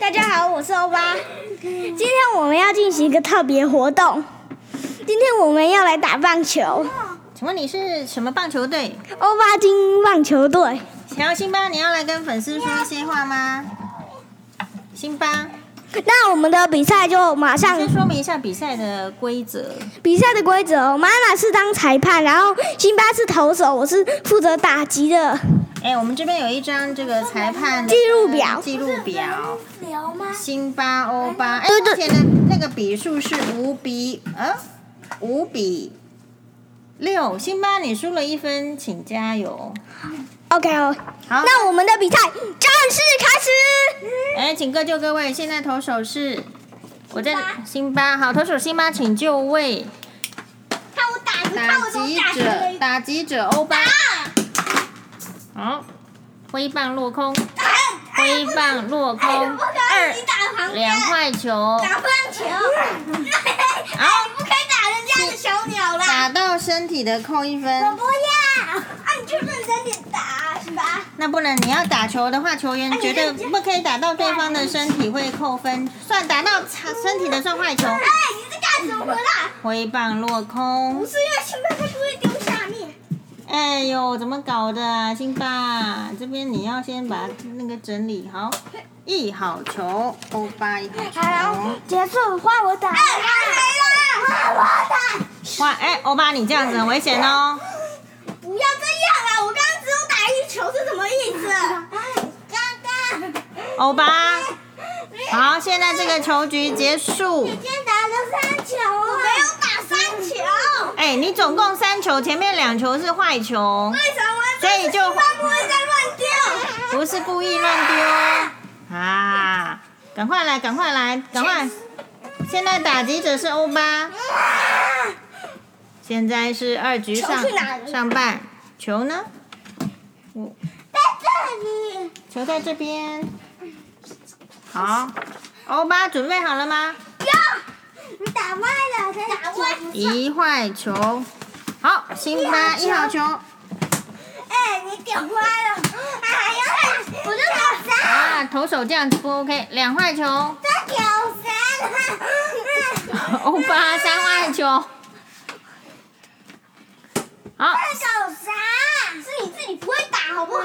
大家好，我是欧巴。今天我们要进行一个特别活动，今天我们要来打棒球。请问你是什么棒球队？欧巴金棒球队，乔辛巴，你要来跟粉丝说一些话吗？辛巴，那我们的比赛就马上先说明一下比赛的规则。比赛的规则哦，妈妈是当裁判，然后辛巴是投手，我是负责打击的。哎，我们这边有一张这个裁判的记录表记录表。聊吗？辛巴、欧巴，哎，对目对前的那个比数是五比呃五比六。辛巴，你输了一分，请加油。 OK 哦，好，那我们的比赛正式开始。哎，请各就各位，现在投手是我在辛巴，好，投手辛巴，请就位。看我打，看打我从击打者，谁？打击者欧巴。好，挥棒落空，挥棒落空，哎不可以，你二打旁边两块球，打棒球。哎，不可以打人家的小鸟啦！打到身体的扣一我分。不要，啊，你就认真点打，是吧？那不能，你要打球的话，球员绝对不可以打到对方的身体，会扣分。算打到身体的算坏球，哎，你在干什么啦？挥棒落空不。是要去那个就会丢下面。哎呦，怎么搞的啊，辛巴？这边你要先把那个整理好。一好球，欧巴一好球。结束，换我打。哎，换谁啦？换啊我打。哇，哎、欧巴，你这样子很危险哦。不要这样啦！我刚刚只有打一球，是什么意思？哎刚刚。欧巴，好，现在这个球局结束。今天打了三球啊我没有打三球，哎、你总共三球，前面两球是坏球，为什么？所以就他不会再乱丢。不是故意乱丢啊！赶快来，赶快来，赶快！现在打击者是欧巴，现在是二局上球去哪里上半，球呢？我在这里，球在这边。好，欧巴准备好了吗？呀，你打歪了，打歪。一坏球，好，辛巴一一好好球，哎，你点歪了，还要打，我就打三，啊，投手这样子不 OK，两坏球，这丢三，欧巴三坏球，好，这狗三，是你自己不会打好不好？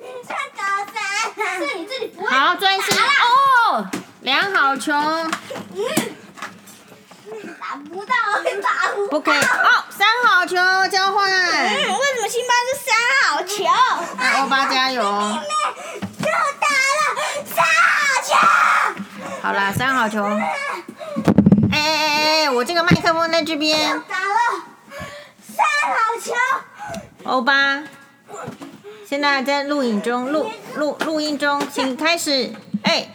你这狗三，是你自己不会。好，专心哦，两好球，打不到，打不不可以，哦，三好球交换，为什么辛巴是三好球？啊，欧巴加油，就打了三好球。好啦，三好球，哎哎哎哎，我这个麦克风在这边，打了三好球，欧巴，现在在录影中，录录录音中，请开始。哎，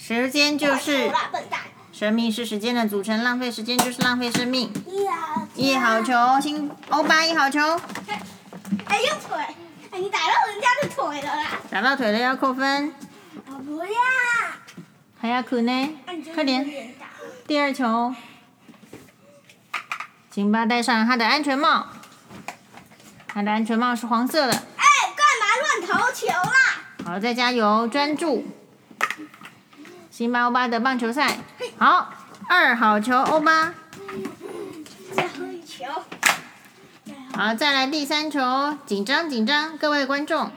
时间就是啦，笨蛋！生命是时间的组成，浪费时间就是浪费生命。一好，一好，球，新欧巴一好球，哎，用腿，哎，你打到人家的腿了啦！打到腿了要扣分，我不要，还要扣呢那你就，快用点。脸打。第二球，辛巴戴上他的安全帽，他的安全帽是黄色的。哎，干嘛乱投球啊啦？好，再加油，专注。辛巴欧巴的棒球赛，好，二好球欧巴，最后一球，好，再来第三球，紧张紧张，各位观众，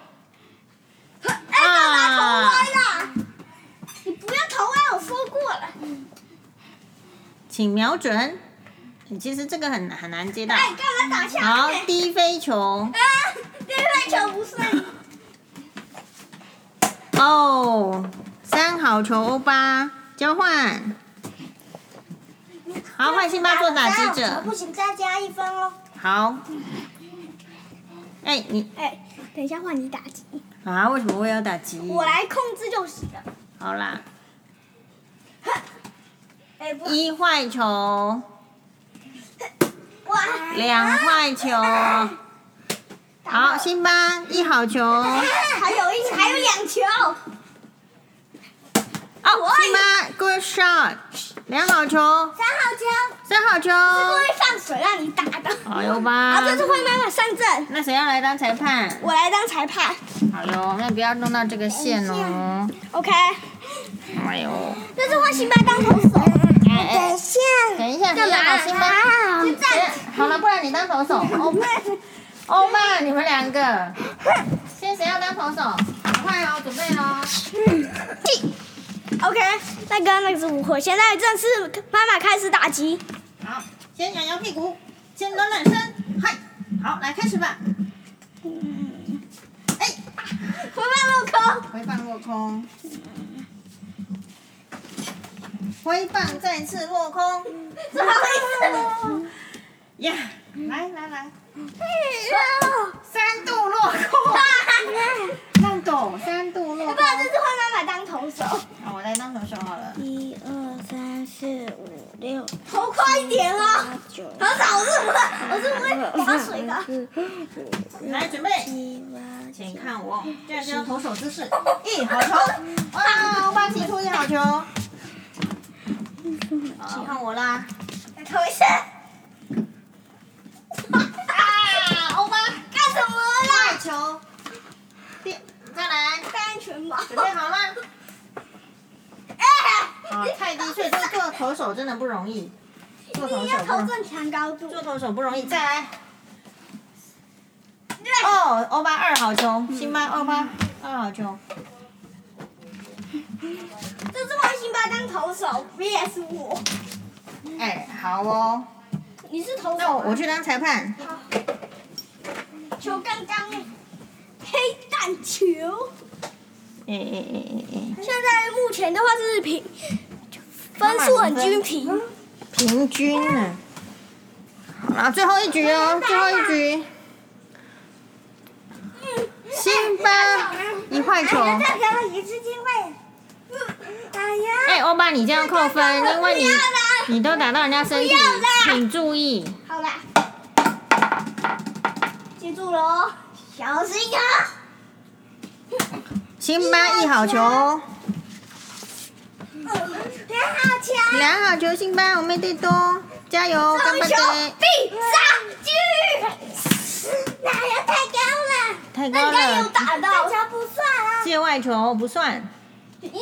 哎，干嘛投歪了？你不要投歪，我说过了。请瞄准。其实这个很很难接到。哎，干嘛打下好面，？低飞球，啊，这块球不是你。哦，三好球欧巴交换，好，啊换辛巴做打击者，不行，再加一分哦。好。哎，你哎，等一下换你打击，啊，为什么我也要打击？我来控制就行 了。好啦，哎，不，一坏球，哇，两坏球，好，辛巴一好 球，哦，还有一还有两球，哦辛巴 good shot，两好球，三号球，三好球。不会放水让你打的。好哟吧好，。这次换妈妈上阵，那谁要来当裁判？我来当裁判。好哟，那不要弄到这个线哦。 OK，哎呦，这次换辛巴当投手。哎哎，下，等一下，你干要嘛把辛巴。啊？好了，不然你当投手。欧巴，欧巴，你们两个，现在谁要当投手？赶快哦，准备哦。 OK，那个那个是误会。现在正式妈妈开始打击。好，先摇摇屁股，先暖暖身，嗨，好，来开始吧。哎，回放落空。挥棒落空，挥棒再次落空，怎么回 事？呀，来来来，哎三度落空，呦！慢走，三度落要 不空。然这次换妈妈当投手。好，我来当投手好了。一二三四五六，投快一点哦！九投手我是不会，我是不会划水的。来，准备。七八请看我，这是投手姿势，一好球，哇，欧巴提出一好球，好，看我啦，再投哎一次，啊，欧巴，干什么啦？快球，第，再来，戴安全帽。准备好啦，啊，哎，太低，所以做做投手真的不容易，做投你手要不投容易，正常高度。做投手不容易，再来，哦，欧巴二好球，辛巴欧巴二好球，这次换辛巴当投手，VS 我。哎，好哦，你是投那手我我吗，去当裁判，球刚刚欸黑蛋球。哎哎哎哎哎。现在目前的话是平，分数很均平。平均呢。好啦，最后一局嗯哦，最后一局，嗯辛巴一坏球。哎再给我一次机会。嗯哎呀，哎，欧巴，你这样扣分，因为你你都打到人家身体，请注意。好啦，记住了哦，小心啊！辛巴一好球，哦嗯别好球，两好球，辛巴，我们得多，加油，干巴球爹！必杀技，哪有太高了？太那高你刚刚有了，打到这，球不算啊。界外球哦不算。哎耶！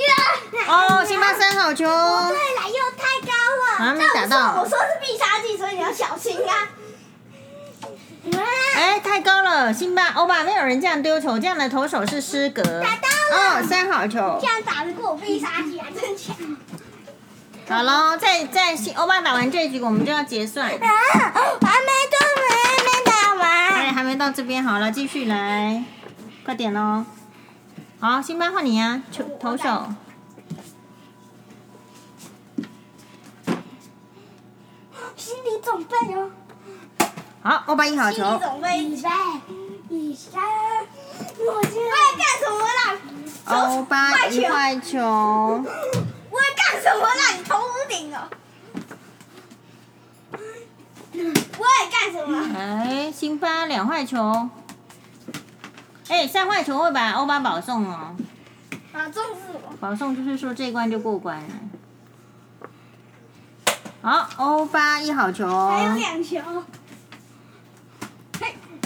哎哦，辛巴三好球，哦对了，又太高了。还没打我到。说是必杀技，所以你要小心啊！哎，太高了，辛巴，欧巴，没有人这样丢球，这样的投手是失格。打到哦，三好球这。样打得过我必杀技啊，真强！好喽，在在新欧巴打完这一局，我们就要结算。啊，还没动呢，还没打哎，完。还没到这边，好了，继续来，快点喽。好，辛巴换你呀、球投手。心理准备哦，好，欧巴一好球。总备，预备，一三，我先。我要干什么啦？欧巴一坏球。我要干什么啦？你头无顶哦！我也干什么？哎，辛巴两坏球。哎，三坏球会把欧巴保送哦，啊，重视我！保送就是说这一关就过关了。好，欧巴一好球。还有两球，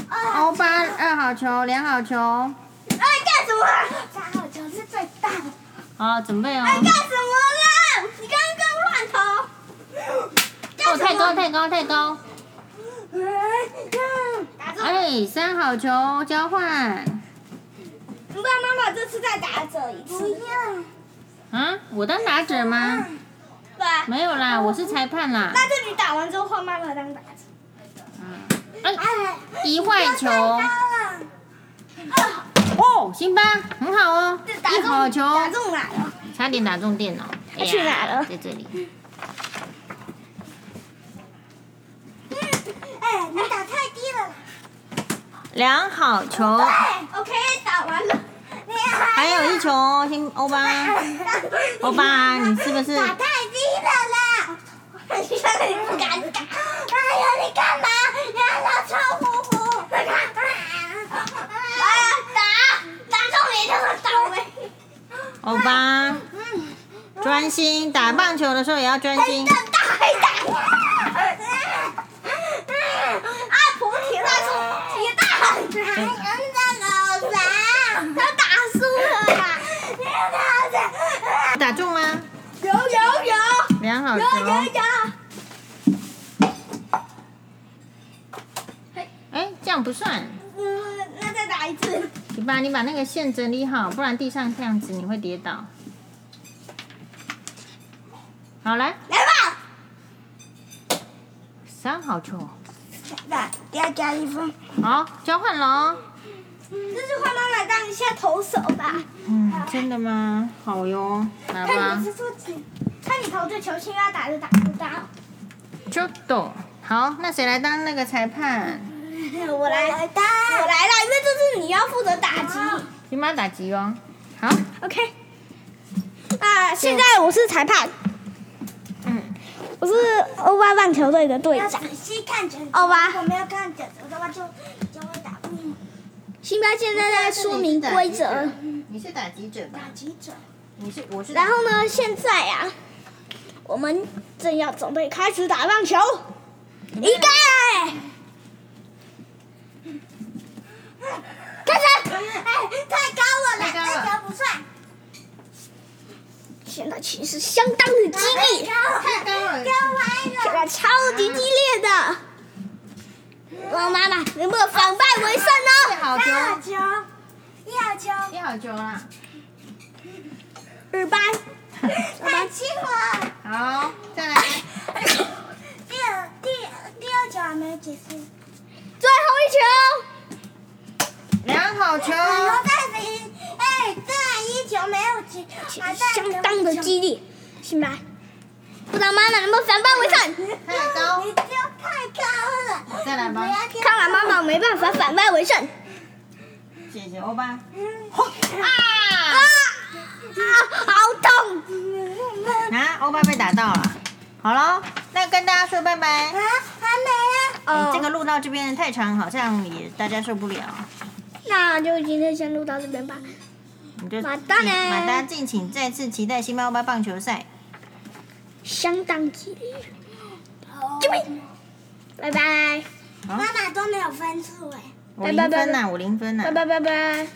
啊哦欧巴二好球，两好球。哎，干什么啦？三号球是最大的。好，准备哦。哎，干什么啦？你刚刚乱投。哦，太高太高太高！哎打中！哎，三好球交换不然妈妈这次再打这一不次。要，啊？我当打者吗？对啊。没有啦，我是裁判啦。那这局打完之后换妈妈当打者。哎，哎，一坏球高了。哦，辛巴很好哦这打，一中好球，打中哪了？差点打中电脑。哎呀去哪了在这里。嗯哎，你打太低了啦。两好球，哎，OK，打完了。你还哦还有一球哦，辛欧巴，欧巴，你是不是？打太低了啦！你看你不敢打。哎呦，你干嘛？你还老臭乎乎。哎哎呀，打，打中也就是倒霉。欧巴，嗯，专心打棒球的时候也要专心。大黑蛋。阿婆铁蛋是铁蛋，真的老三，他打输了啦！天哪，这打中吗？有有有。两好有球。有有！哎，这样不算。嗯，那再打一次。你把你把那个线整理好，不然地上这样子你会跌倒。好来，来吧，三好球，那要加一分。好交换了哦。这是换妈妈当一下投手吧。嗯，真的吗？好哟，来吧看你，是说几？看你投这球星要打就打不到。就懂。好，那谁来当那个裁判？我来打，我来了，因为这是你要负责打击。你妈打击哦。好， OK。啊，现在我是裁判，嗯，我是欧巴棒球队的队要长。仔细看准。好吧我们要看准的话就就会打嗯不赢。辛巴现在在说明规则。你是打击者吧打？击准。你是我是。然后呢，现在啊，我们正要准备开始打棒球。一个，开始。哎，太高了啦，太高了那球不算。现在其实相当的激烈，太高了高歪现了。在超级激烈的。王妈妈能不能反败为胜一呢？好球，二球，一号球，一好球啦。日班，太轻了。好，再来。第二第二第二球还没有结束，最后两好啊球，然后再零，哎，再一球没有结，一还球，在相当的激烈，辛巴，不知道妈妈能不能反败为胜？太高你就太高了。再来吧嗯你不要跳看来妈妈没办法反败为胜。姐姐欧巴。嗯啊啊！啊，好痛！啊，欧巴被打到了。好喽，那跟大家说拜拜。啊，还没啊。你这个录到这边太长，好像也大家受不了。那就今天先录到这边吧。你就马达呢马达敬请再次期待新猫巴棒球赛。相当激烈，哦拜拜，好妈妈都没有分数哎。我零分呐、我零分呐、拜拜拜拜。